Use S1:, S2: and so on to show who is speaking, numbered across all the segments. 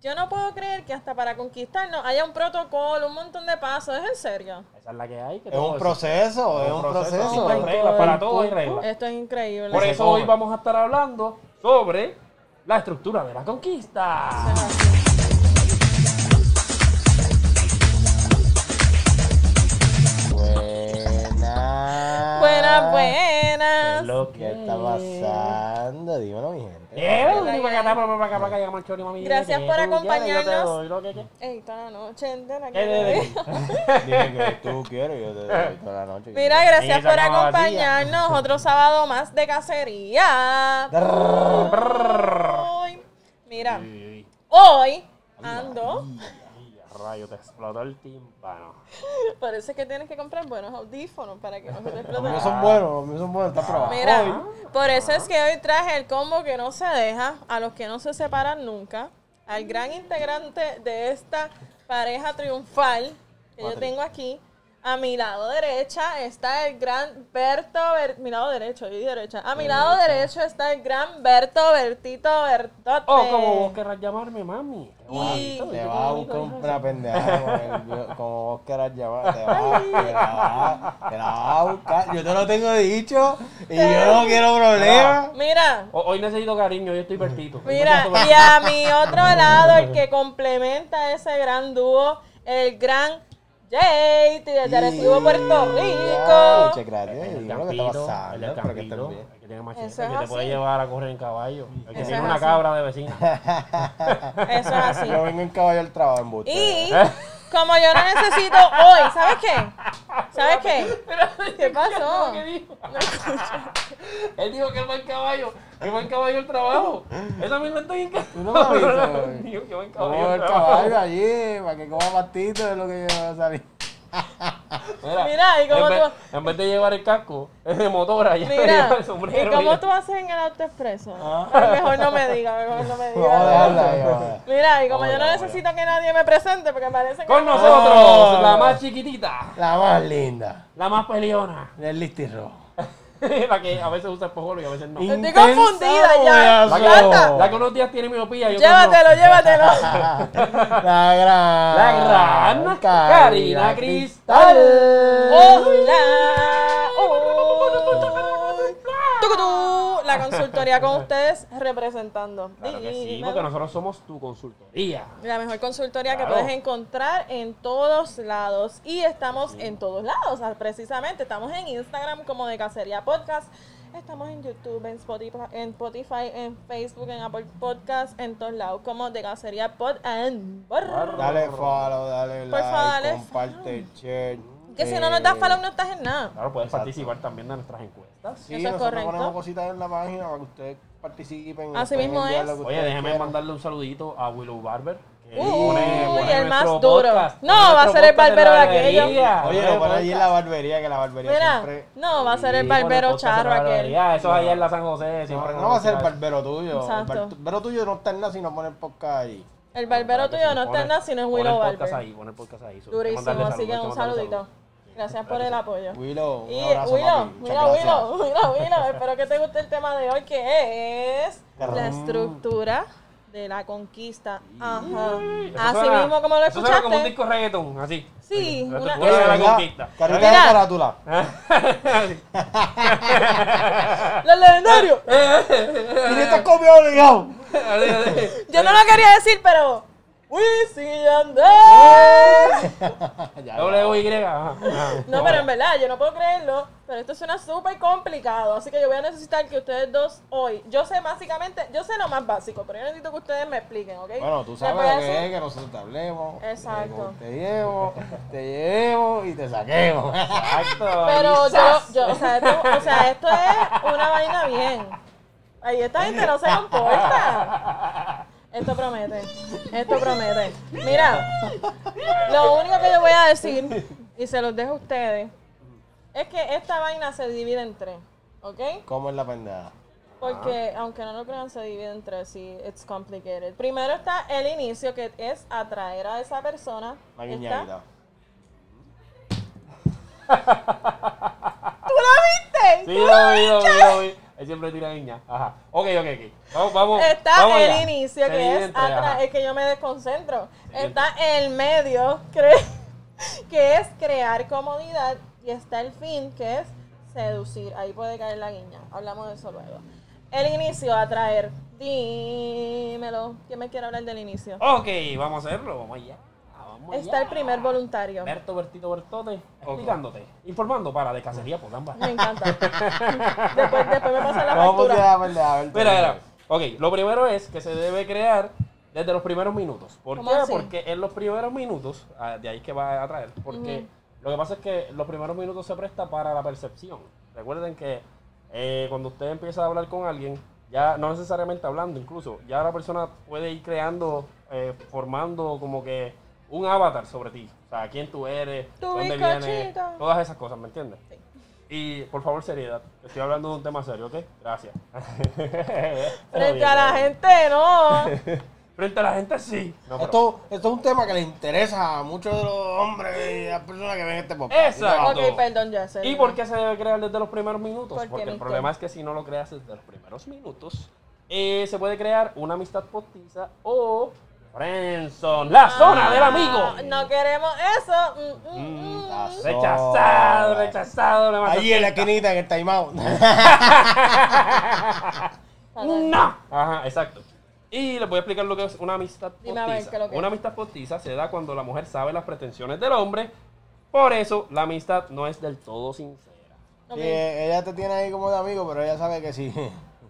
S1: Yo no puedo creer que hasta para conquistarnos haya un protocolo, un montón de pasos. ¿Es en serio?
S2: Esa es la que hay. Que
S3: Es un
S2: todo-
S3: proceso, es un
S2: sí, hay
S3: proceso.
S2: reglas, para todo hay reglas.
S1: Esto es increíble.
S2: Por
S3: se
S2: eso
S3: come.
S2: hoy vamos a estar hablando sobre la estructura de la conquista.
S3: Buenas.
S2: Ah.
S1: Buenas, buenas.
S2: Lo
S3: ¿Qué está pasando? Dímelo, mi gente.
S2: Eh,
S1: Gracias por acompañarnos.
S2: ¿Qué
S1: Ey, toda la noche entera.
S2: de- de-
S1: que-
S3: Dime que tú quieres, yo te doy toda la noche.
S1: Mira, gracias
S2: Esa
S1: por
S2: no va vacía.
S1: acompañarnos. Otro sábado más de cacería. Ay, Mira, hoy ando.
S2: Rayo, te explotó el tímpano.
S1: Parece que tienes que comprar buenos audífonos para que no se te
S3: Los míos
S1: explote.
S3: son buenos, los míos son buenos,
S1: Ah,
S3: está probado.
S1: Mira, por eso es que hoy traje el combo que no se deja, a los que no se separan nunca, al gran integrante de esta pareja triunfal que yo tengo aquí. A mi lado derecha está el gran Berto, Ber- mi lado derecho, yo dije derecha. A mi lado derecho está el gran Berto, Bertito, Bertote.
S2: O como Oh, vos querrás llamarme, mami.
S1: Y-
S3: Te vas a buscar una pendejada con el- como vos quieras llamar. Te, vas, te, la, vas- te la vas a buscar. Yo te lo tengo dicho y yo no quiero problemas.
S1: Mira,
S2: O- Oh, Hoy necesito cariño, yo estoy pertito.
S1: Mira, y a mi otro lado, el que complementa ese gran dúo, el gran Jay, desde Arecibo, Puerto
S3: Ya, Muchas
S1: Rico.
S3: gracias.
S2: El
S3: Dime lo que está
S2: campito, el
S3: pasando.
S2: del
S3: Espero que estés
S2: campito,
S3: bien.
S2: el que tiene machete,
S1: Eso es
S2: el que te puede
S1: así.
S2: llevar a correr en caballo, el que
S1: Eso
S2: tiene
S1: es
S2: una
S1: así.
S2: cabra de vecino.
S1: Eso es así.
S3: Yo vengo en caballo al trabajo en busca.
S1: Y como yo no necesito hoy, ¿sabes qué? ¿Sabes qué? ¿Qué pasó?
S2: ¿Qué dijo? Él dijo que él va en caballo, que va en caballo al trabajo. Esa misma estoy en caballo.
S3: no me avisas, güey.
S2: Dijo que va en caballo
S3: Vamos a
S2: al
S3: ver
S2: trabajo.
S3: caballo allí para que coma pastito de lo que yo voy a salir.
S1: Mira, y como
S2: en, vez,
S1: tú-
S2: en vez de llevar el casco de motora, ya lleva
S1: Mira,
S2: el
S1: ¿y
S2: sombrero.
S1: cómo
S2: mira.
S1: tú haces en el autoexpreso? Ay, Mejor no me digas, mejor Ah. no me
S3: Vamos a
S1: digas.
S3: dejarla ahí, vamos a dejarla.
S1: Mira, y como yo no
S3: Vamos allá.
S1: necesito que nadie me presente, porque parece que...
S2: Con
S1: no-
S2: nosotros,
S3: Ah.
S2: la más chiquitita,
S3: La más linda
S2: la más peleona,
S3: del listirro.
S2: la que a veces usa espojolo y a veces no.
S3: Y-
S1: Estoy
S3: Intensa,
S1: confundida ya.
S2: La que,
S3: Plata.
S1: Basta.
S2: la que unos días tiene miopía y otros no.
S1: Llévatelo, llévatelo.
S3: La gran.
S2: La gran Karina Cristal.
S1: Hola. Hoy. Tucutú. La consultoría con ustedes representando.
S2: Claro que sí,
S1: Dime.
S2: porque nosotros somos tu consultoría.
S1: La mejor consultoría
S2: Claro.
S1: que puedes encontrar en todos lados. Y estamos en todos lados, ah, precisamente. Estamos en Instagram como de Cacería Podcast. Estamos en YouTube, en Spotify, en, Spotify, en Facebook, en Apple Podcast, en todos lados como de Cacería Pod. and-
S3: Dale follow, dale
S1: Por
S3: like,
S1: favor, dale
S3: comparte, share.
S1: Que si no nos
S2: Eh,
S1: das follow no estás en nada.
S2: Claro, puedes participar también de nuestras encuestas.
S3: Sí,
S1: Eso es
S3: nosotros
S1: correcto.
S3: ponemos cositas en la página para que ustedes participen.
S1: Así
S3: pueden
S1: mismo
S3: enviar
S1: es.
S3: lo que
S2: Oye,
S3: ustedes
S2: déjeme
S3: quieran.
S2: mandarle un saludito a Willow Barber. que
S1: Uy, el
S2: nuestro
S1: más duro. No,
S2: pone
S1: va a
S2: nuestro
S1: ser el
S2: podcast en
S1: barbero
S2: la
S1: de aquello.
S2: barbería,
S3: Oye,
S2: pone
S3: lo ponen allí en la
S2: podcast.
S3: barbería, que la barbería
S1: Mira,
S3: siempre.
S1: no, va a ser el
S2: Sí, pone
S1: barbero
S2: podcast en la
S1: charro aquel.
S2: barbería, Eso es allá en la San José.
S3: No,
S2: siempre
S3: no
S2: nos
S3: va a ser el
S2: tiran.
S3: barbero tuyo.
S1: Exacto.
S3: El barbero tuyo no está en nada si no ponen podcast ahí.
S1: El barbero
S2: que
S1: tuyo
S2: sí,
S1: no
S2: pone-
S1: está en nada, sino es
S2: pone el
S1: Willow
S2: podcast
S1: Barber.
S2: ahí, pone el podcast ahí. So, hay que
S1: Durísimo,
S2: mandarle
S1: así que
S2: saludos, hay
S1: un
S2: mandarle
S1: saludito.
S2: saludos.
S1: Gracias por el apoyo.
S3: Willow, un
S1: Y
S3: abrazo,
S1: Willow,
S3: papi. Muchas
S1: mira
S3: gracias.
S1: Willow, mira Willow, espero que te guste el tema de hoy que es la estructura de la conquista. Ajá.
S2: Eso
S1: Así
S2: suena-
S1: mismo como lo
S2: eso suena como un
S1: escuchaste.
S2: disco reggaeton, así.
S1: Sí,
S2: Eso
S1: una-
S2: te
S3: Oye,
S2: puede
S3: de
S2: dar la
S3: verdad,
S2: conquista.
S3: Carita de
S1: Mira.
S3: carátula.
S1: Los legendarios.
S2: Eh,
S3: Y esto es comido obligado.
S2: eh,
S1: Yo no lo quería decir, pero Wisin y
S2: Eh.
S1: Yandel.
S3: Ya,
S2: W Y. ajá, ajá.
S1: No, pero en verdad, yo no puedo creerlo. Pero esto suena súper complicado. Así que yo voy a necesitar que ustedes dos hoy. Yo sé básicamente, yo sé lo más básico, pero yo necesito que ustedes me expliquen, ¿ok?
S3: Bueno, tú
S1: Les
S3: sabes
S1: voy a
S3: lo que
S1: decir-
S3: es que nosotros te hablemos. eh,
S1: Exacto.
S3: Te llevo, te llevo y te saquemos.
S2: Exacto.
S1: Pero
S2: ahí,
S1: yo,
S2: ¡zas!
S1: yo, o sea, esto, o sea, esto es una vaina bien. Ahí esta gente no se comporta. Esto promete, esto promete. Mira, lo único que yo voy a decir, y se los dejo a ustedes, es que esta vaina se divide en tres, ¿ok?
S3: ¿Cómo es la pendejada?
S1: Porque
S2: Ah.
S1: aunque no lo crean, se divide en tres sí, it's complicated. Primero está el inicio, que es atraer a esa persona. Está-
S3: Una guiñadita.
S1: ¡Tú lo viste!
S2: Sí, lo vi, lo vi, lo vi. Él siempre tira niña. Ajá. Ok, ok, ok. Vamos, vamos.
S1: Está
S2: vamos
S1: el
S2: allá.
S1: inicio,
S2: El
S1: que es
S2: inicio, ajá.
S1: atrás, es que yo me desconcentro.
S2: Siguiente.
S1: Está el medio, cre- que es crear comodidad. Y está el fin, que es seducir. Ahí puede caer la guiña. Hablamos de eso luego. El inicio, atraer. Dímelo. ¿Quién me quiere hablar del inicio?
S2: Ok, vamos a hacerlo. Vamos allá. Ah, Vamos
S1: Está
S2: allá.
S1: el primer voluntario.
S2: Berto, Bertito, Bertote, explicándote, informando para de cacería por ambas.
S1: Me encanta. Después, después me pasa la
S3: Vamos
S1: factura.
S3: a verdad, a ver.
S2: Mira, mira. Ok, lo primero es que se debe crear desde los primeros minutos. ¿Por
S1: ¿Cómo
S2: qué?
S1: así?
S2: Porque en los primeros minutos, ah, de ahí que va a traer, porque lo que pasa es que los primeros minutos se presta para la percepción. Recuerden que eh, cuando usted empieza a hablar con alguien, ya no necesariamente hablando incluso, ya la persona puede ir creando, eh, formando como que un avatar sobre ti. O sea, quién tú eres,
S1: Tu
S2: dónde
S1: bizcochito.
S2: vienes, todas esas cosas, ¿me entiendes?
S1: Sí.
S2: Y por favor, seriedad. Estoy hablando de un tema serio, ¿ok? Gracias.
S1: Frente a la gente, no.
S2: Frente a la gente, sí. No, pero-
S3: Esto, esto es un tema que le interesa a muchos de los hombres y a las personas que ven este podcast.
S2: Exacto.
S1: ok, perdón, ya sé.
S2: ¿Y por qué se debe crear desde los primeros minutos?
S1: Porque
S2: Porque el
S1: amistad.
S2: problema es que si no lo creas desde los primeros minutos, eh, se puede crear una amistad postiza o friendzone, la zona del
S1: Ah,
S2: amigo.
S1: No queremos eso. Mm, mm, mm.
S3: la zona.
S2: Rechazado, rechazado. nada más.
S3: Allí en la esquinita, en el taimao.
S2: ¡No! Ajá, exacto. Y les voy a explicar lo que es una amistad
S1: Dime a ver,
S2: postiza.
S1: ¿qué es lo que
S2: una
S1: es?
S2: amistad postiza se da cuando la mujer sabe las pretensiones del hombre. Por eso, la amistad no es del todo sincera.
S1: Ok.
S3: Y, eh, ella te tiene ahí como de amigo, pero ella sabe que sí.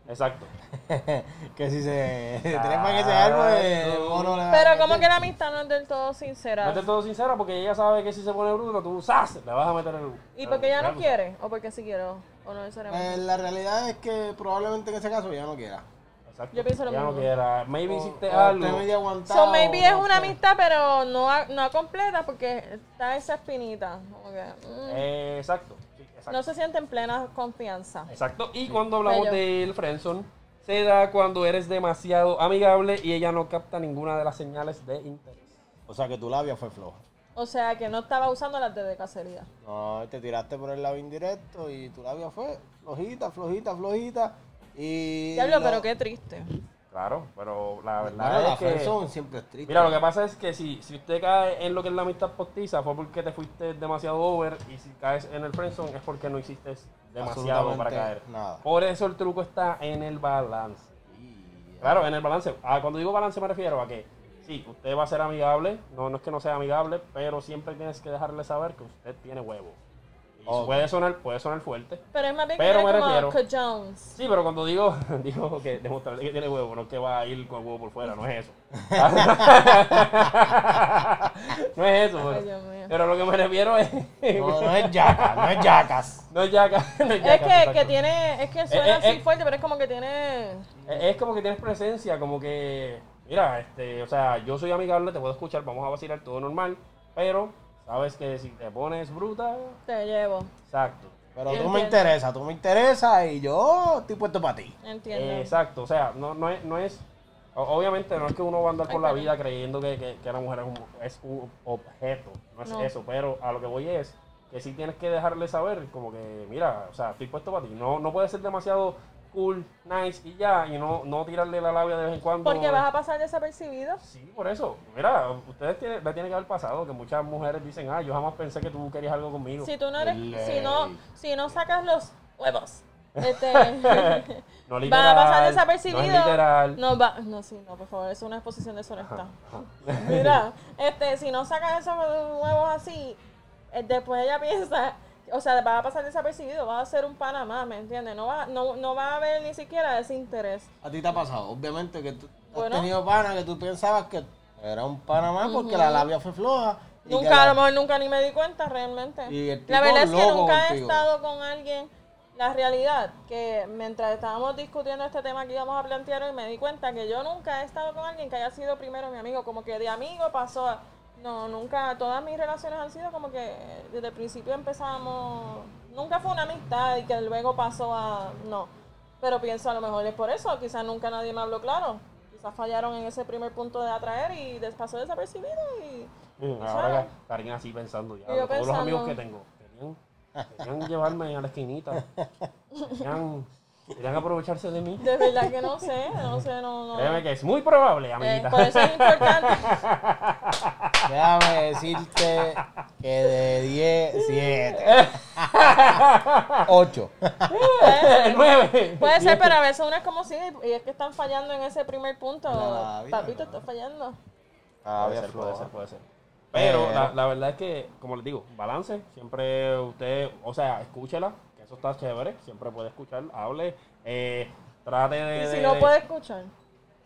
S2: Exacto.
S3: que si se trepa en ese árbol, eh, el mono le va a
S1: Pero como
S3: meter.
S1: que la amistad no es del todo
S2: No
S1: sincera.
S2: es del todo sincera porque ella sabe que si se pone bruta, tú ¡zas! le vas a meter el...
S1: ¿Y
S2: el-
S1: porque ella no
S2: el-
S1: quiere? ¿O porque sí quiere? ¿O o no
S3: Eh,
S1: necesariamente?
S3: la realidad es que probablemente en ese caso ya no quiera.
S2: Exacto.
S1: Yo pienso lo
S2: Ella no
S1: mismo.
S2: quiera. Maybe
S3: O-
S2: hiciste
S3: o
S2: algo.
S3: Oh, usted medio aguantado,
S1: So maybe es
S3: no
S1: una
S3: sé.
S1: amistad, pero no, a- no completa porque está esa espinita. como que, mm,
S2: Eh, exacto. Sí, exacto.
S1: no se siente en plena confianza.
S2: Exacto. Y cuando hablamos
S1: Bello.
S2: del friendzone, se da cuando eres demasiado amigable y ella no capta ninguna de las señales de interés.
S3: O sea que tu labia fue floja.
S1: O sea que no estaba usando las de cacería.
S3: No, te tiraste por el lado indirecto y tu labia fue flojita, flojita, flojita. Y.
S1: Diablo,
S3: lo-
S1: pero qué triste.
S2: Claro, pero la verdad
S3: Bueno, Pues la
S2: es que...
S3: friendzone siempre es triste.
S2: Mira, lo que pasa es que si, si usted cae en lo que es la amistad postiza fue porque te fuiste demasiado over y si caes en el friendzone es porque no hiciste demasiado para
S3: Absolutamente
S2: caer.
S3: nada.
S2: Por eso el truco está en el balance.
S3: Y-
S2: Claro, en el balance. Ah, cuando digo balance me refiero a que sí, usted va a ser amigable, no, no es que no sea amigable, pero siempre tienes que dejarle saber que usted tiene huevo. Y
S3: Ok.
S2: puede sonar, puede sonar fuerte.
S1: Pero es más bien
S2: Pero
S1: que
S2: me
S1: era como
S2: refiero-
S1: cojones.
S2: Sí, pero cuando digo, digo que demostrarle que tiene huevo, no es que va a ir con el huevo por fuera, no es eso. no es eso,
S1: Ay,
S2: pero,
S1: Dios mío.
S2: pero lo que me refiero es.
S3: eh, No, no es yacas, no es yacas.
S2: No es yaca, no es
S1: Es
S2: yaca,
S1: que, que
S2: exacto.
S1: tiene, es que suena
S2: eh,
S1: así
S2: eh.
S1: fuerte, pero es como que tiene.
S2: Es es como que tienes presencia, como que, mira, este, o sea, yo soy amigable, te puedo escuchar, vamos a vacilar todo normal, pero sabes que si te pones bruta,
S1: Te llevo.
S2: exacto.
S3: Pero tú
S1: Entiendo.
S3: me interesas, tú me interesas y yo estoy puesto para ti.
S1: Entiendo.
S2: Exacto, o sea, no, no es, no es, o- obviamente no es que uno va a andar por la vida creyendo que, que- que la mujer es un, es un objeto, no es
S1: No.
S2: eso, pero a lo que voy es que sí tienes que dejarle saber, como que, mira, o sea, estoy puesto para ti, no, no puedes ser demasiado cool, nice y ya, y no, no tirarle la labia de vez en cuando.
S1: Porque vas a pasar desapercibido.
S2: Sí, por eso. Mira, ustedes tienen, le tiene que haber pasado que muchas mujeres dicen, ah, yo jamás pensé que tú querías algo conmigo.
S1: Si tú no eres,
S3: Ley.
S1: si no, si no sacas los huevos, este,
S2: No
S1: vas a pasar
S2: No
S1: desapercibido.
S2: es literal.
S1: No va, no, sí, no, por favor, es una exposición deshonesta. Mira, este, si no sacas esos huevos así, eh, después ella piensa, o sea, vas a pasar desapercibido, vas a ser un panamá, ¿me entiendes? No va, no, no va a haber ni siquiera ese interés.
S3: A ti te ha pasado, obviamente, que tú
S1: Bueno.
S3: has tenido pana que tú pensabas que era un pana más porque la labia fue floja. y que
S1: Nunca, a lo
S3: la-
S1: mejor nunca ni me di cuenta realmente.
S3: Y el
S1: La
S3: tipo
S1: verdad es que
S3: loco
S1: nunca he
S3: contigo.
S1: estado con alguien. La realidad, que mientras estábamos discutiendo este tema que íbamos a plantear hoy, me di cuenta que yo nunca he estado con alguien que haya sido primero mi amigo. Como que de amigo pasó a... No, nunca. Todas mis relaciones han sido como que desde el principio empezamos... Nunca fue una amistad y que luego pasó a... No. Pero pienso a lo mejor es por eso. Quizás nunca nadie me habló claro. Quizás fallaron en ese primer punto de atraer y des- pasó desapercibido y...
S2: Mm, Ahora Karina así pensando ya.
S1: Y yo
S2: Todos los
S1: pensando.
S2: amigos que tengo. Querían, querían llevarme a la esquinita. Querían, Irán a aprovecharse de mí.
S1: De verdad que no sé, no sé, no, no.
S2: Créeme que es muy probable,
S1: Eh,
S2: amiguita.
S1: por eso es importante.
S3: Déjame decirte que de 10, 7. 8.
S2: El 9.
S1: Puede ser, pero a veces uno es como si y es que están fallando en ese primer punto.
S3: La vida,
S1: Papito,
S3: no.
S1: estás fallando.
S2: Puede ser, puede ser, Eh. puede ser. Pero la, la verdad es que, como les digo, balance. Siempre usted, o sea, escúchela, que eso está chévere. Siempre puede escuchar, hable, eh, trate de.
S1: Y si
S2: de-
S1: no
S2: de-
S1: puede escuchar.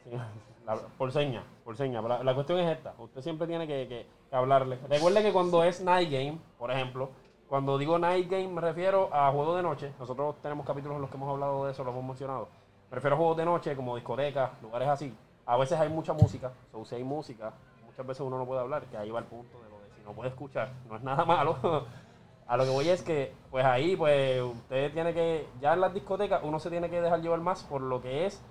S2: Sí, la- por seña, por seña. La, la cuestión es esta. Usted siempre tiene que, que- que hablarle. Recuerde que cuando es night game, por ejemplo, cuando digo night game me refiero a juegos de noche. Nosotros tenemos capítulos en los que hemos hablado de eso, lo hemos mencionado. Me refiero a juegos de noche como discotecas, lugares así. A veces hay mucha música. O si hay música, muchas veces uno no puede hablar, que ahí va el punto de lo de si no puede escuchar. No es nada malo. A lo que voy es que, pues ahí, pues usted tiene que, ya en las discotecas, uno se tiene que dejar llevar más por lo que es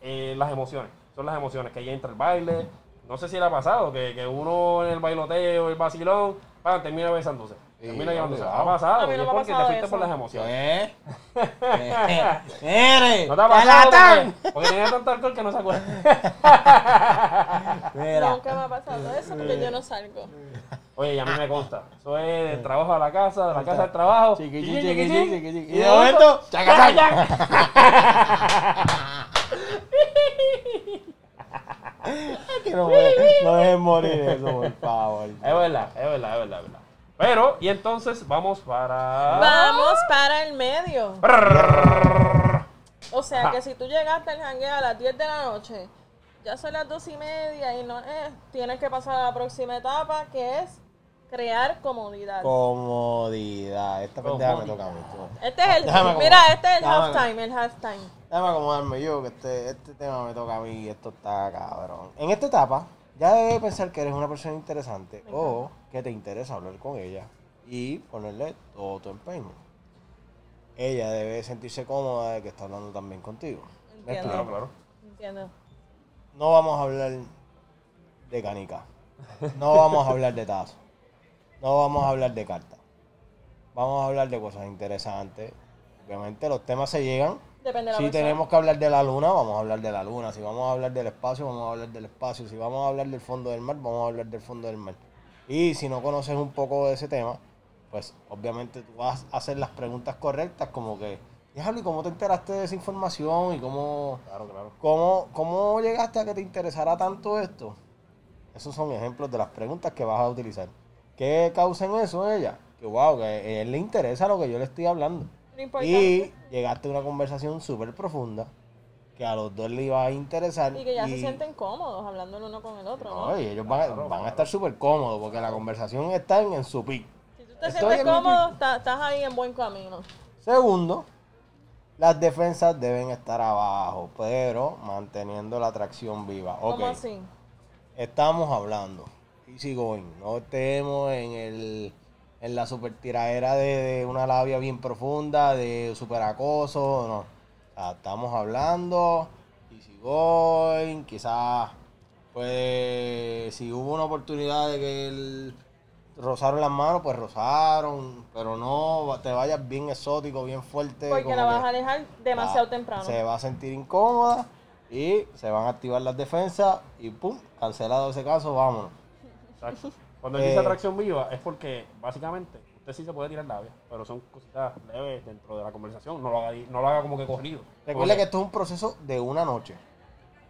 S2: eh, las emociones. Son las emociones, que ahí entra el baile. No sé si le ha pasado, que, que uno en el bailoteo, el vacilón, pa, termina besándose.
S3: Sí,
S2: termina llevándose.
S3: obligado.
S2: Ha pasado,
S1: A mí no me
S2: y es
S1: ha
S2: porque te
S1: pasado
S2: fuiste
S1: eso.
S2: por las emociones.
S3: ¿Eh? ¡Mire!
S2: No te ha pasado
S3: ¡Charlatán!
S2: porque, porque tenía tanto alcohol que no se acuerda.
S3: Mira,
S1: Nunca me ha pasado eso porque yo no salgo.
S2: Oye, y a mí me consta. Eso es del trabajo a la casa, de la casa al trabajo.
S3: Chiqui,
S2: chiquillín,
S3: chiqui,
S2: chiquillín.
S3: chiqui, chiqui, chiqui.
S2: Y de momento,
S3: chaca,
S2: ¡chaca,
S3: chaca.
S2: chaca!
S3: que no, me- no dejes morir eso, por favor.
S2: Es verdad, es verdad, es verdad, es verdad. Pero, y entonces vamos para.
S1: Vamos para el medio. O sea
S2: Ajá.
S1: que si tú llegaste al jangueo a las 10 de la noche, ya son las 2 y media y no eh, tienes que pasar a la próxima etapa que es crear comodidad.
S3: Comodidad. Esta pendeja me toca a mí. tú.
S1: Este es el,
S3: Ah, Déjame acomodar.
S1: mira, este es el
S3: Déjame Este,
S1: halftime, el halftime.
S3: Déjame acomodarme yo, que este, este tema me toca a mí y esto está cabrón. En esta etapa, ya debes pensar que eres una persona interesante o que te interesa hablar con ella y ponerle todo tu empeño. Ella debe sentirse cómoda de que está hablando también contigo. ¿Me
S1: Entiendo.
S2: Claro,
S3: explico?
S2: claro.
S1: Entiendo.
S3: No vamos a hablar de canica. No vamos a hablar de tazo. No vamos a hablar de carta. Vamos a hablar de cosas interesantes. Obviamente los temas se llegan
S1: Depende de la
S3: si
S1: persona.
S3: tenemos que hablar de la luna, vamos a hablar de la luna. Si vamos a hablar del espacio, vamos a hablar del espacio. Si vamos a hablar del fondo del mar, vamos a hablar del fondo del mar. Y si no conoces un poco de ese tema, pues obviamente tú vas a hacer las preguntas correctas, como que, déjalo, ¿y cómo te enteraste de esa información? ¿Y cómo,
S2: Claro, claro.
S3: cómo, cómo llegaste a que te interesara tanto esto? Esos son ejemplos de las preguntas que vas a utilizar. ¿Qué causan eso en ella? Que wow, que a él le interesa lo que yo le estoy hablando.
S1: Lo importante.
S3: Y llegaste a una conversación súper profunda que a los dos le iba a interesar.
S1: Y que ya se sienten cómodos hablando el uno con el otro, ¿no?
S3: No, y ellos van, a- van a estar súper cómodos porque la conversación está en, en su pic.
S1: Si tú te
S3: Estoy
S1: sientes
S3: en mi
S1: cómodo, ta- estás ahí en buen camino.
S3: Segundo, las defensas deben estar abajo, pero manteniendo la atracción viva.
S1: ¿Cómo
S3: Ok,
S1: así?
S3: estamos hablando. Easy going. No estemos en, el, en la super tiradera de, de una labia bien profunda, de super acoso, no. O sea, estamos hablando, easy going, quizás, pues, si hubo una oportunidad de que el- rozaron las manos, pues rozaron, pero no va- te vayas bien exótico, bien fuerte.
S1: Porque
S3: como
S1: la vas
S3: que-
S1: a alejar demasiado
S3: Ah,
S1: temprano.
S3: Se va a sentir incómoda y se van a activar las defensas y pum, cancelado ese caso, vámonos.
S2: Exacto. Cuando
S3: Eh.
S2: él dice atracción viva es porque básicamente usted sí se puede tirar labia, pero son cositas leves dentro de la conversación. No lo haga, no lo haga como que corrido.
S3: Recuerda que
S2: Porque-
S3: esto es un proceso de una noche.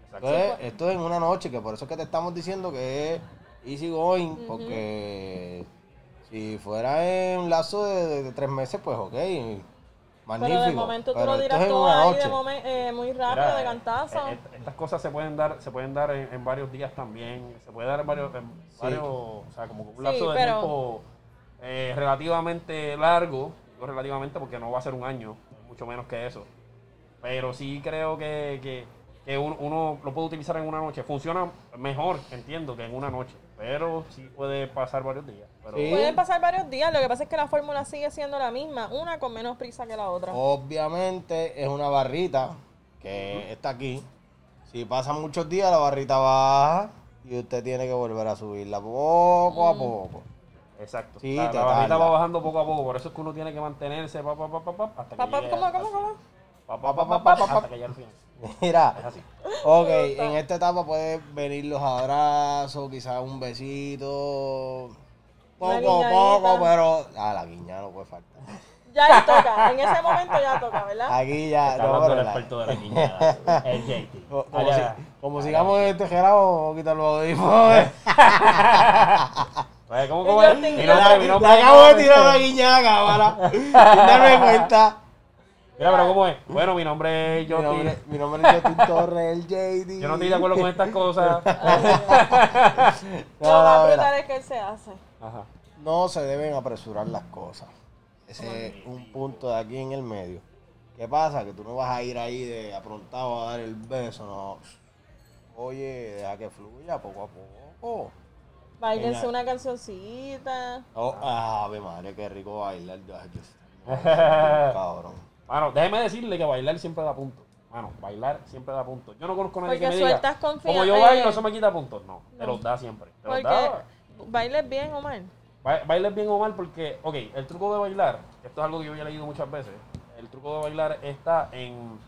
S2: Exacto.
S3: Entonces, esto es en una noche, que por eso es que te estamos diciendo que es easy going, porque si fuera en un lazo de, de- de tres meses, pues ok, magnífico.
S1: Pero de momento tú
S3: pero
S1: lo
S3: esto
S1: dirás
S3: es en
S1: todo
S3: una
S1: ahí de
S3: noche.
S1: momen- eh, muy
S2: Mira,
S1: rápido, de
S2: eh,
S1: cantazo.
S2: eh, est- estas cosas se pueden dar, se pueden dar en, en varios días también. Se puede dar en varios, en varios o sea, como que un
S1: Sí,
S2: lapso de
S1: pero-
S2: tiempo eh, relativamente largo. Digo relativamente porque no va a ser un año, mucho menos que eso. Pero sí creo que, que, que un- uno lo puede utilizar en una noche. Funciona mejor, entiendo, que en una noche. Pero sí puede pasar varios días. Pero
S3: Sí.
S1: Pueden pasar varios días, lo que pasa es que la fórmula sigue siendo la misma, una con menos prisa que la otra.
S3: Oh, Obviamente es una barrita que está aquí. Si pasan muchos días, la barrita baja y usted tiene que volver a subirla poco
S1: Mm.
S3: a poco.
S2: Exacto.
S3: Sí,
S2: la,
S3: te
S2: la barrita
S3: tarda.
S2: va bajando poco a poco. Por eso es que uno tiene que mantenerse pa, pa, pa, pa, pa, hasta que
S1: Papá,
S2: llegue
S1: ¿cómo,
S2: a-
S1: cómo, cómo?
S2: Pa, Pa, pa, pa, pa, pa, pa, hasta que ya al final. Es
S3: Mira,
S2: así.
S3: ok, en esta etapa pueden venir los abrazos, quizás un besito.
S1: Una
S3: Poco a poco,
S1: guiñadita.
S3: pero. Ah, la guiña no puede faltar.
S1: Ya le toca, en ese momento ya toca, ¿verdad?
S3: Aquí ya.
S2: Está
S3: no,
S2: hablando
S3: pero
S2: el
S3: la-
S2: experto de la guiñada. El JT.
S3: Co- Como,
S2: Allá,
S3: si-
S2: allá.
S3: como sigamos en este gerado, vamos a quitar los audífonos.
S2: Oye, ¿Cómo,
S1: Y
S2: cómo
S1: yo
S2: es?
S1: te-
S2: Mi
S1: yo-
S2: nombre, mi
S3: Le
S2: nombre.
S3: acabo de tirar la guiñada a cámara. Sin darme cuenta.
S2: Mira, pero ¿cómo es? Bueno, mi nombre es
S3: Mi nombre,
S2: Joti.
S3: mi nombre es Justin Torres, el JD.
S2: Yo no estoy de acuerdo con estas cosas.
S1: Ay, Dios.
S3: No,
S1: Lo
S3: no,
S1: más
S3: mira,
S1: brutal es que él se hace.
S2: Ajá.
S3: no se deben apresurar las cosas. Ese es un punto de aquí en el medio. ¿Qué pasa? Que tú no vas a ir ahí de aprontado a dar el beso, no. Oye, deja que fluya poco a poco.
S1: Báilense
S3: Venga.
S1: una cancioncita.
S3: Oh, ave madre, qué rico bailar. Ay, Dios. Cabrón.
S2: Mano, déjeme decirle que bailar siempre da punto. Mano, bailar siempre da punto. Yo no conozco a nadie
S1: Porque
S2: que me diga.
S1: sueltas confianza,
S2: Como yo
S1: eh.
S2: bailo, eso me quita puntos. No, te
S1: No.
S2: los da siempre. Te los
S1: Porque
S2: da.
S1: bailes bien, Omar.
S2: Ba- Bailes bien o mal porque, ok, el truco de bailar, que esto es algo que yo había leído muchas veces, el truco de bailar está en,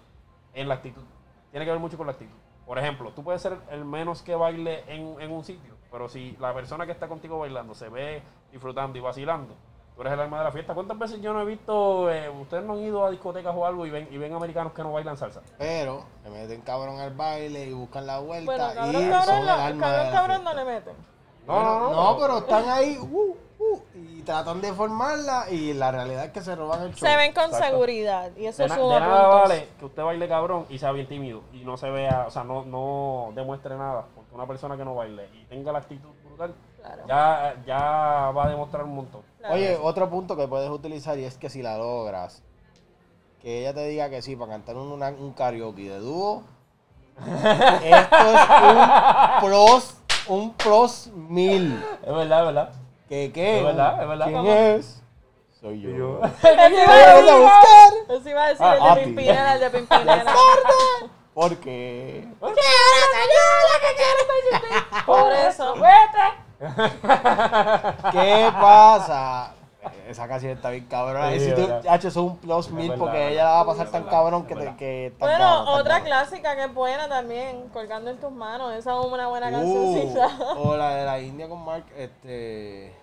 S2: en la actitud. Tiene que ver mucho con la actitud. Por ejemplo, tú puedes ser el menos que baile en, en un sitio, pero si la persona que está contigo bailando se ve disfrutando y vacilando, tú eres el alma de la fiesta. ¿Cuántas veces yo no he visto, eh, ustedes no han ido a discotecas o algo y ven, y ven americanos que no bailan salsa?
S3: Pero le meten cabrón al baile y buscan la vuelta.
S1: Bueno,
S3: y
S1: cabrón,
S3: son
S1: cabrón,
S3: el
S1: no,
S3: alma de la
S1: cabrón, cabrón, no
S3: fiesta.
S1: le meten.
S2: No, no, no.
S3: No, pero están ahí uh, uh, y tratan de formarla y la realidad es que se roban el show.
S1: Se ven con
S2: Exacto.
S1: seguridad y eso
S2: De,
S1: es
S2: na-
S1: un
S2: de nada
S1: puntos.
S2: vale que usted baile cabrón y sea bien tímido y no se vea, o sea, no, no demuestre nada, porque una persona que no baile y tenga la actitud brutal,
S1: Claro.
S2: ya, ya va a demostrar un montón.
S1: Claro.
S3: Oye, otro punto que puedes utilizar y es que si la logras, que ella te diga que sí para cantar un, una- un karaoke de dúo, esto es un plus, un plus mil.
S2: Es verdad, es verdad.
S3: ¿Qué qué?
S2: Es verdad, es verdad,
S3: ¿Quién
S2: mamá.
S3: es? Soy yo.
S2: yo.
S1: Eso
S3: ¿Te
S1: iba a
S3: vas a
S1: decir,
S3: buscar?
S1: eso iba a decir
S2: Ah,
S1: el de
S3: papi.
S1: Pimpinela, el de Pimpinela.
S3: Porque
S1: Por eso.
S3: ¿Qué pasa? Esa canción está bien cabrón.
S2: Sí,
S3: Y si tú
S2: verdad.
S3: haces un plus mil
S2: verdad,
S3: porque
S2: verdad.
S3: ella la va a pasar
S2: Es
S3: tan
S2: verdad,
S3: cabrón
S2: es
S3: que, te,
S2: verdad.
S3: que tan cabrón,
S1: Bueno,
S3: tan
S1: otra
S3: cabrón.
S1: clásica que es buena también, colgando en tus manos. Esa es una buena
S3: Uh,
S1: cancioncita.
S3: o la de la India con Mark, este.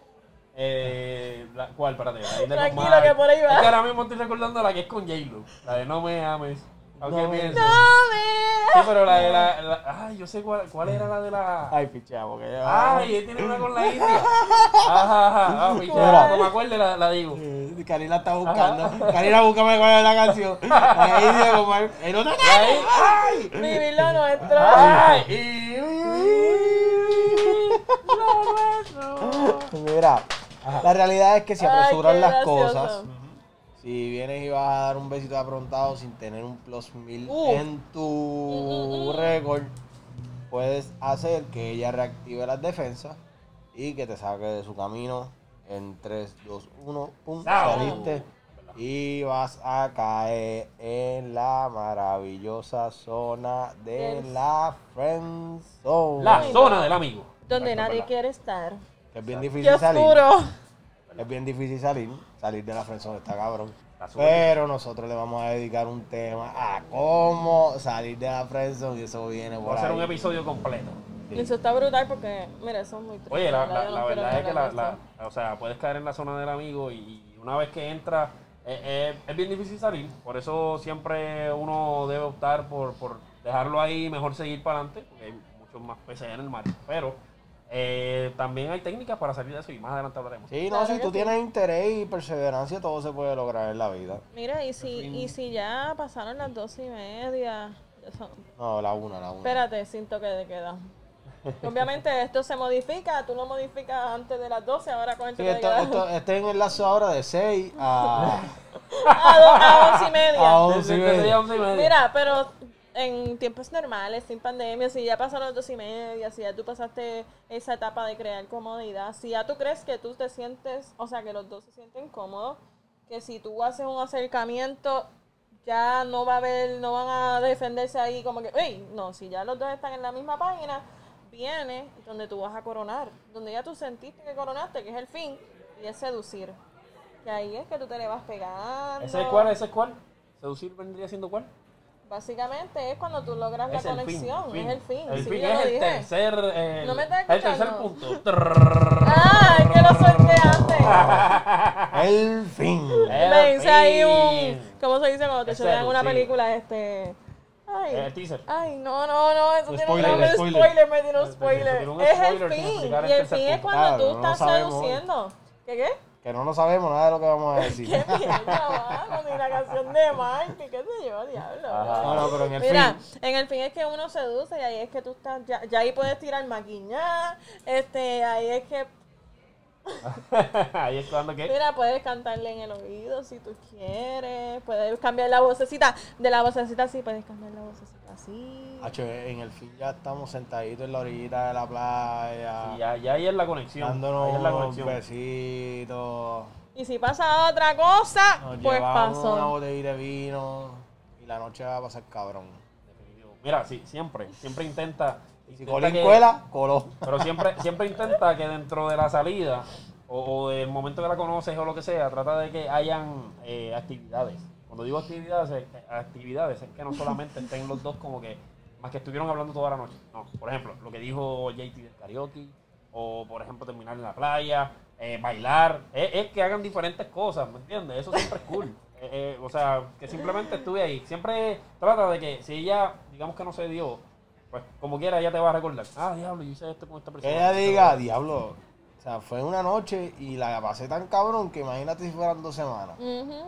S2: Eh, la- ¿Cuál? Espérate. la de con
S1: Tranquilo,
S2: Mike.
S1: que por ahí va.
S2: Es que ahora mismo estoy recordando la que es con J-Lo. La de No me ames. Aunque
S3: No me-
S2: pienses. Sí,
S1: No
S2: pero la de la, la- Ay, yo sé cuál, cuál era la de la...
S3: Ay, pichamo, que ella.
S2: Ay, él tiene una con la India. Ajá, ajá. Ah, pues, ya, no me acuerdo, la, la digo.
S3: Eh, Karina está buscando. Karina, búscame cuál es la canción. La India con Mark. En otra
S2: Ahí. ¡Ay!
S1: me vivir lo nuestro.
S3: Ah.
S2: ¡Ay! Y- uy, uy, lo nuestro.
S3: Mira, la realidad es que si
S1: Ay,
S3: apresuran
S1: qué
S3: las
S1: gracioso.
S3: cosas, si vienes y vas a dar un besito aprontado sin tener un plus mil
S1: Uh. Mm,
S3: en tu récord, puedes hacer que ella reactive las defensas y que te saque de su camino en 3, 2, 1, pum,
S2: Chao.
S3: saliste. Y vas a caer en la maravillosa zona de
S1: Del-
S3: la friend zone.
S2: La zona del amigo.
S1: Donde
S3: Exacto,
S1: nadie
S3: ¿verdad?
S1: quiere estar.
S3: Es bien
S1: Qué
S3: difícil salir.
S1: oscuro.
S3: Es bien difícil salir, salir de la friendzone está cabrón.
S2: Está súper
S3: Pero nosotros le vamos a dedicar un tema a cómo salir de la friendzone y eso viene por
S2: Va a ser un
S3: ahí.
S2: episodio completo.
S3: Sí.
S1: Eso está brutal porque, mira, eso es muy triste.
S2: Oye, la, la-
S1: yo no quiero
S2: la verdad es que la,
S1: hablar de
S2: la-
S1: eso.
S2: o sea, puedes caer en la zona del amigo y, y una vez que entras, eh, eh, es bien difícil salir. Por eso siempre uno debe optar por, por dejarlo ahí, mejor seguir para adelante, porque hay muchos más peces allá en el mar. Pero eh, también hay técnicas para salir de eso y más adelante hablaremos.
S3: Sí, no,
S1: Claro
S3: si
S1: que
S3: tú
S1: sí.
S3: tienes interés y perseverancia, todo se puede lograr en la vida.
S1: Mira, y si, y si ya pasaron las dos y media. ya son-
S3: No, la una, la una.
S1: Espérate, sin toque de queda. Obviamente esto se modifica, tú lo modificas antes de las 12, ahora con el
S3: Sí,
S1: toque de
S3: esto,
S1: queda.
S3: esto- estén en lazo ahora de 6 a,
S1: A, do- a 11 y
S3: a
S1: media.
S3: 11 y
S2: Desde- desde
S3: media.
S2: once y media.
S1: Mira, pero en tiempos normales, sin pandemia, si ya pasaron las dos y media, si ya tú pasaste esa etapa de crear comodidad, si ya tú crees que tú te sientes, o sea, que los dos se sienten cómodos, que si tú haces un acercamiento, ya no va a haber, no van a defenderse ahí como que, uy, no, si ya los dos están en la misma página, viene donde tú vas a coronar, donde ya tú sentiste que coronaste, que es el fin, y es seducir. Que ahí es que tú te le vas pegando.
S2: ¿Ese es cuál? ¿Ese es cuál? ¿Seducir vendría siendo cuál?
S1: Básicamente es cuando tú logras
S2: Es
S1: la
S2: el fin,
S1: conexión,
S2: fin.
S1: es el fin.
S2: El
S1: Sí,
S2: fin
S1: yo
S2: es
S1: lo
S2: el
S1: dije.
S2: tercer. eh,
S1: No me estás
S2: el tercer
S1: escuchando.
S2: punto.
S1: Ah, es que lo solté antes.
S3: El fin.
S1: Le hice ahí
S2: El
S1: un. ¿Cómo se dice cuando te
S2: Es
S1: chorean
S2: el
S1: una
S2: fin.
S1: película? Este. Ay.
S2: El teaser.
S1: Ay, no, no, no, eso
S3: Un
S1: tiene
S3: spoiler,
S1: un nombre,
S3: spoiler.
S1: spoiler, me tiene un
S2: Te- te- te
S1: spoiler.
S2: tiró un
S1: Es
S2: spoiler
S1: el
S2: sin
S1: fin,
S2: explicar
S1: y
S2: el
S1: el fin
S2: tercer
S1: es
S2: punto.
S1: cuando
S3: Claro,
S1: tú
S3: no lo
S1: estás
S3: sabemos.
S1: seduciendo. ¿Qué qué?
S3: Que no nos sabemos nada de lo que vamos a decir.
S1: Qué mierda, mano, ni la canción de Marty, qué sé yo, diablo.
S2: Ajá.
S3: No, no, pero en el
S1: Mira,
S3: fin.
S1: en el fin es que uno seduce y ahí es que tú estás, ya, ya ahí puedes tirar maquiñá, este, ahí es que,
S3: Eh.
S2: ahí es cuando que.
S1: mira, puedes cantarle en el oído si tú quieres, puedes cambiar la vocecita, de la vocecita así, puedes cambiar la vocecita así.
S3: Hacho, en el fin ya estamos sentaditos en la orillita de la playa.
S2: Sí, ya, ya ahí es la conexión. Ahí es la
S3: dándonos
S2: conexión.
S3: un besito.
S1: Y si pasa otra cosa,
S3: Nos
S1: pues
S3: llevamos una
S1: pasó.
S3: botella de vino y la noche va a pasar cabrón.
S2: Definitivo. Mira, sí, siempre. Siempre intenta.
S3: Y si
S2: intenta
S3: Colín
S2: que-
S3: cuela, coló.
S2: Pero siempre, siempre intenta que dentro de la salida o, o del momento que la conoces o lo que sea, trata de que hayan eh, actividades. Cuando digo actividades, eh, actividades es que no solamente estén los dos como que más que estuvieron hablando toda la noche. No, por ejemplo, lo que dijo JT del karaoke o por ejemplo terminar en la playa, eh, bailar, es, es que hagan diferentes cosas, ¿me entiendes? Eso siempre es cool. Eh, eh, o sea, que simplemente estuve ahí. Siempre trata de que si ella, digamos que no se dio, pues como quiera ella te va a recordar. Ah, diablo, yo hice esto con esta persona.
S3: Que ella diga, diablo. O sea, fue una noche y la pasé tan cabrón que imagínate si fueran dos semanas.
S1: Ujú.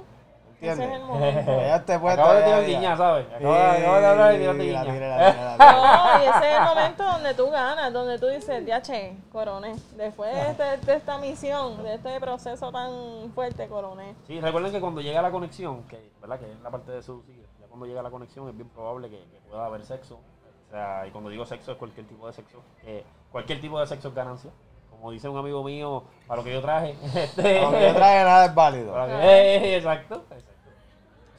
S1: Ese es
S3: ¿Entiendes?
S1: el momento.
S3: Ella te puede
S2: Acaba de
S3: estar-
S2: tirar tiña, ¿sabes?
S3: Sí,
S2: Acaba, acaba de hablar y
S3: la
S2: tirar
S3: tira, la
S2: tiña.
S3: tira, la
S1: No, y ese es el momento donde tú ganas, donde tú dices, ya che, coroné. Después de, este- de esta misión, de este proceso tan fuerte, coroné.
S2: Sí, recuerden que cuando llega la conexión, que, ¿verdad? que es la parte de seducir, ya cuando llega la conexión es bien probable que, que pueda haber sexo. O sea, y cuando digo sexo es cualquier tipo de sexo. que cualquier tipo de sexo es ganancia. Como dice un amigo mío, para lo que yo traje. este,
S3: tira. Aunque no traje nada es válido.
S2: para lo que-
S1: Claro.
S2: eh, exacto. exacto.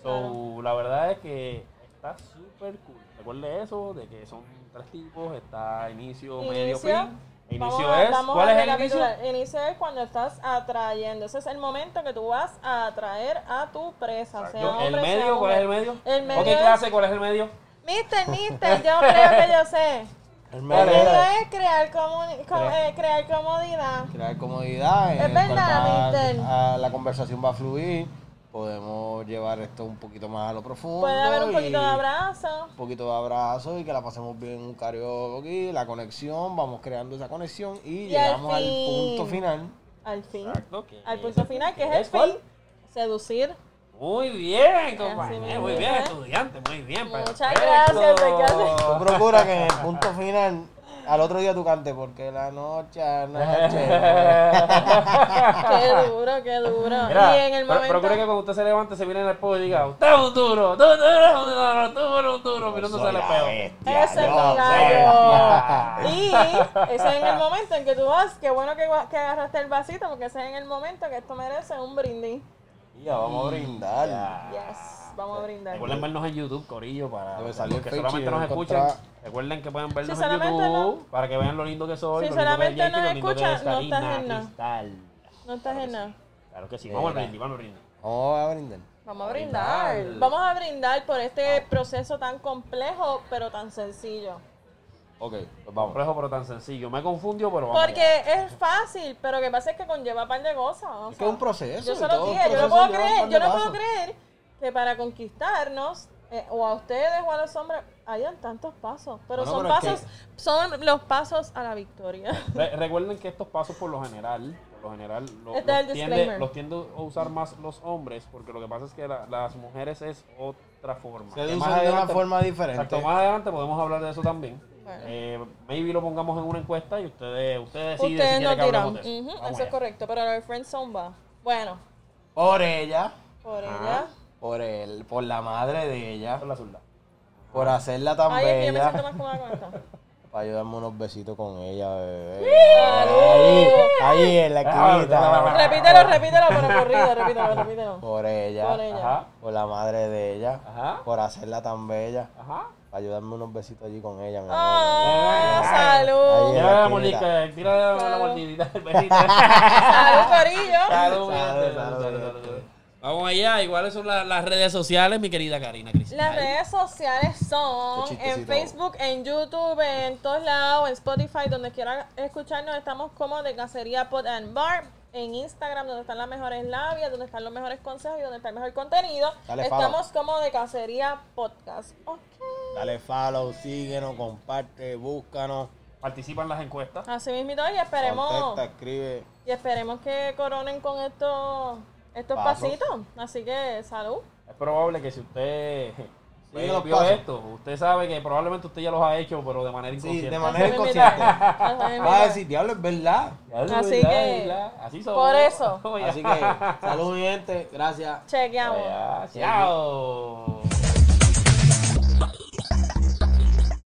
S2: So, la verdad es que está súper cool. Recuerde eso, de que son tres tipos, está inicio, medio,
S1: Inicio.
S2: fin. Inicio
S1: Vamos a-
S2: es,
S1: vamos
S2: ¿cuál
S1: a
S2: es el inicio?
S1: recapitular. Inicio es cuando estás atrayendo. Ese es el momento que tú vas a atraer a tu presa.
S2: Exacto.
S1: sea hombre,
S2: ¿El
S1: sea
S2: medio? ¿Cuál
S1: mujer.
S2: es el medio?
S1: El medio
S2: Ok,
S1: es-
S2: clase, ¿cuál es el medio?
S1: Mister, mister, yo creo que yo sé.
S3: El
S1: El
S3: medio
S1: medio
S3: era
S1: es crear, comuni- com-
S3: Crea-
S1: eh, crear comodidad.
S3: crear comodidad. en
S1: Es
S3: el
S1: verdad,
S3: cual va-
S1: mister.
S3: ah, la conversación va a fluir. Podemos llevar esto un poquito más a lo profundo.
S1: Puede haber un
S3: y-
S1: poquito de abrazo.
S3: un poquito de abrazo y que la pasemos bien en un karaoke, la conexión, vamos creando esa conexión y,
S1: Y al
S3: llegamos al
S1: fin.
S3: punto final.
S1: Al fin.
S2: Exacto. que
S1: Al
S2: es
S1: punto
S2: el-
S1: final, que es el
S2: cuál?
S1: fin. Seducir.
S2: Muy bien, compañero.
S1: mismo
S2: Muy bien,
S1: es.
S2: estudiante. Muy bien.
S1: Muchas
S2: perfecto.
S1: gracias, gracias.
S3: Tú procura que en el punto final, al otro día tú cantes, porque la noche, noche.
S1: Qué duro, qué duro.
S2: Mira,
S1: y en el
S2: pro-
S1: momento.
S2: procure que cuando usted se levante, se mire en el espejo y diga: Usted es un duro, duro, duro, duro, duro, duro, mirándose al espejo.
S1: Ese es mi gallo. Y ese es en el momento en que tú vas. Qué bueno que, gua- que agarraste el vasito, porque ese es en el momento que esto merece un brindis.
S3: Y ya vamos a brindar.
S1: Yes, vamos a brindar.
S2: Recuerden vernos en YouTube, Corillo, para
S3: Debe
S2: los
S3: salir
S2: que
S3: Pechi,
S2: solamente nos
S3: debe
S2: escuchan.
S3: encontrar-
S2: Recuerden que pueden vernos
S1: Si
S2: en
S1: solamente
S2: YouTube
S1: no-
S2: para que vean lo lindo que soy.
S1: Si
S2: lo lindo que es
S1: solamente
S2: Jake y
S1: nos
S2: lo lindo que es
S1: escuchas, no estás
S2: Karina
S1: en nada.
S2: Cristal.
S1: No estás en nada.
S2: Claro que sí, vamos al
S3: Mira.
S2: brindis, vamos al brindis.
S3: Vamos a brindar.
S1: Vamos a
S2: Brindar.
S1: brindar. Vamos a brindar por este proceso tan complejo, pero tan sencillo.
S3: Ok, pues vamos.
S2: Complejo pero tan sencillo. Me confundió, pero vamos. allá.
S1: Porque es fácil, pero lo que pasa es que conlleva un par de cosas. o
S3: Es que
S1: sea,
S3: es un proceso.
S1: Yo
S3: y
S1: solo
S3: todo
S1: dije, yo no
S3: proceso
S1: puedo
S3: lleva un
S1: creer,
S3: par de
S1: yo no puedo
S3: pasos.
S1: creer que para conquistarnos, eh, o a ustedes o a los hombres, hayan tantos pasos. Pero
S3: Bueno,
S1: son
S3: pero es
S1: pasos, son los pasos a la victoria.
S2: Re- recuerden que estos pasos por lo general, por lo general, lo-
S1: Está Este el
S2: los, tiende,
S1: disclaimer.
S2: los tiende a usar más los hombres, porque lo que pasa es que la- las mujeres es otra forma.
S3: Se
S2: Que
S3: usa
S2: más
S3: de una
S2: adelante-
S3: forma diferente.
S2: Exacto, más adelante podemos hablar de eso también.
S1: Bueno.
S2: Eh, maybe lo pongamos en una encuesta y ustedes, ustedes deciden si
S1: ustedes
S2: quieren
S1: nos
S2: que
S1: dirán,
S2: hablemos de eso.
S3: Ah,
S1: "Ujú,
S2: Vamos
S1: eso es
S2: allá.
S1: correcto, pero la friend zone va. Bueno,
S3: Por ella,
S1: por
S2: Ajá.
S3: Ah,
S1: ella.
S3: por él, por la madre de ella,
S2: Por la zurda.
S3: por hacerla tan
S1: Ay, es que yo me
S3: bella.
S1: siento más cómoda con esta.
S3: Para ayudarme unos besitos con ella, bebé. Ahí,
S1: ¡Salud!
S3: ahí en la
S1: Ah,
S3: esquinita.
S1: repítelo, repítelo, pero corrido, repítelo, repítelo.
S3: Por
S1: Por
S3: ella,
S1: ella.
S2: Ajá,
S3: por la madre de ella,
S2: ajá,
S3: por hacerla tan bella.
S2: ajá.
S3: Para ayudarme unos besitos allí con ella, mi amor.
S1: Ah,
S2: Ay,
S1: salud.
S3: ay,
S2: Tira la
S3: la
S2: mordida, tira la
S1: Salud.
S2: mordidita del besito.
S1: Salud, Corillo.
S2: Salud,
S3: Salud,
S2: gente,
S3: salud,
S2: salud,
S3: gente.
S2: salud.
S4: Vamos allá, iguales son la- las redes sociales, mi querida Karina Cristina.
S1: Las redes sociales son
S3: Qué
S1: en
S3: chistecito.
S1: Facebook, en YouTube, en todos lados, en Spotify, donde quieran escucharnos. Estamos como de Cacería Pod and Bar. En Instagram, donde están las mejores labias, donde están los mejores consejos y donde está el mejor contenido.
S3: Dale, follow.
S1: Estamos como de Cacería Podcast. Ok.
S3: Dale follow, síguenos, comparte, búscanos.
S2: Participan las encuestas.
S1: Así mismito, y esperemos,
S3: Contacta, escribe.
S1: y esperemos que coronen con estos, estos
S3: Pasos.
S1: pasitos. Así que salud.
S2: Es probable que si usted
S3: Sigue
S2: eh,
S3: los
S2: vio
S3: pasos.
S2: esto, usted sabe que probablemente usted ya los ha hecho, pero de manera
S3: Sí,
S2: inconsciente.
S3: de manera
S1: Así mismito
S3: inconsciente.
S1: es. Así mismito
S3: Vas a
S1: es.
S3: decir, diablo, es verdad.
S2: Ya es
S1: Así
S2: verdad,
S1: que-
S2: es verdad. Así somos.
S1: por eso.
S2: Oye,
S3: Así que, salud, mi gente. Gracias.
S1: Chequeamos.
S2: ya, Chao.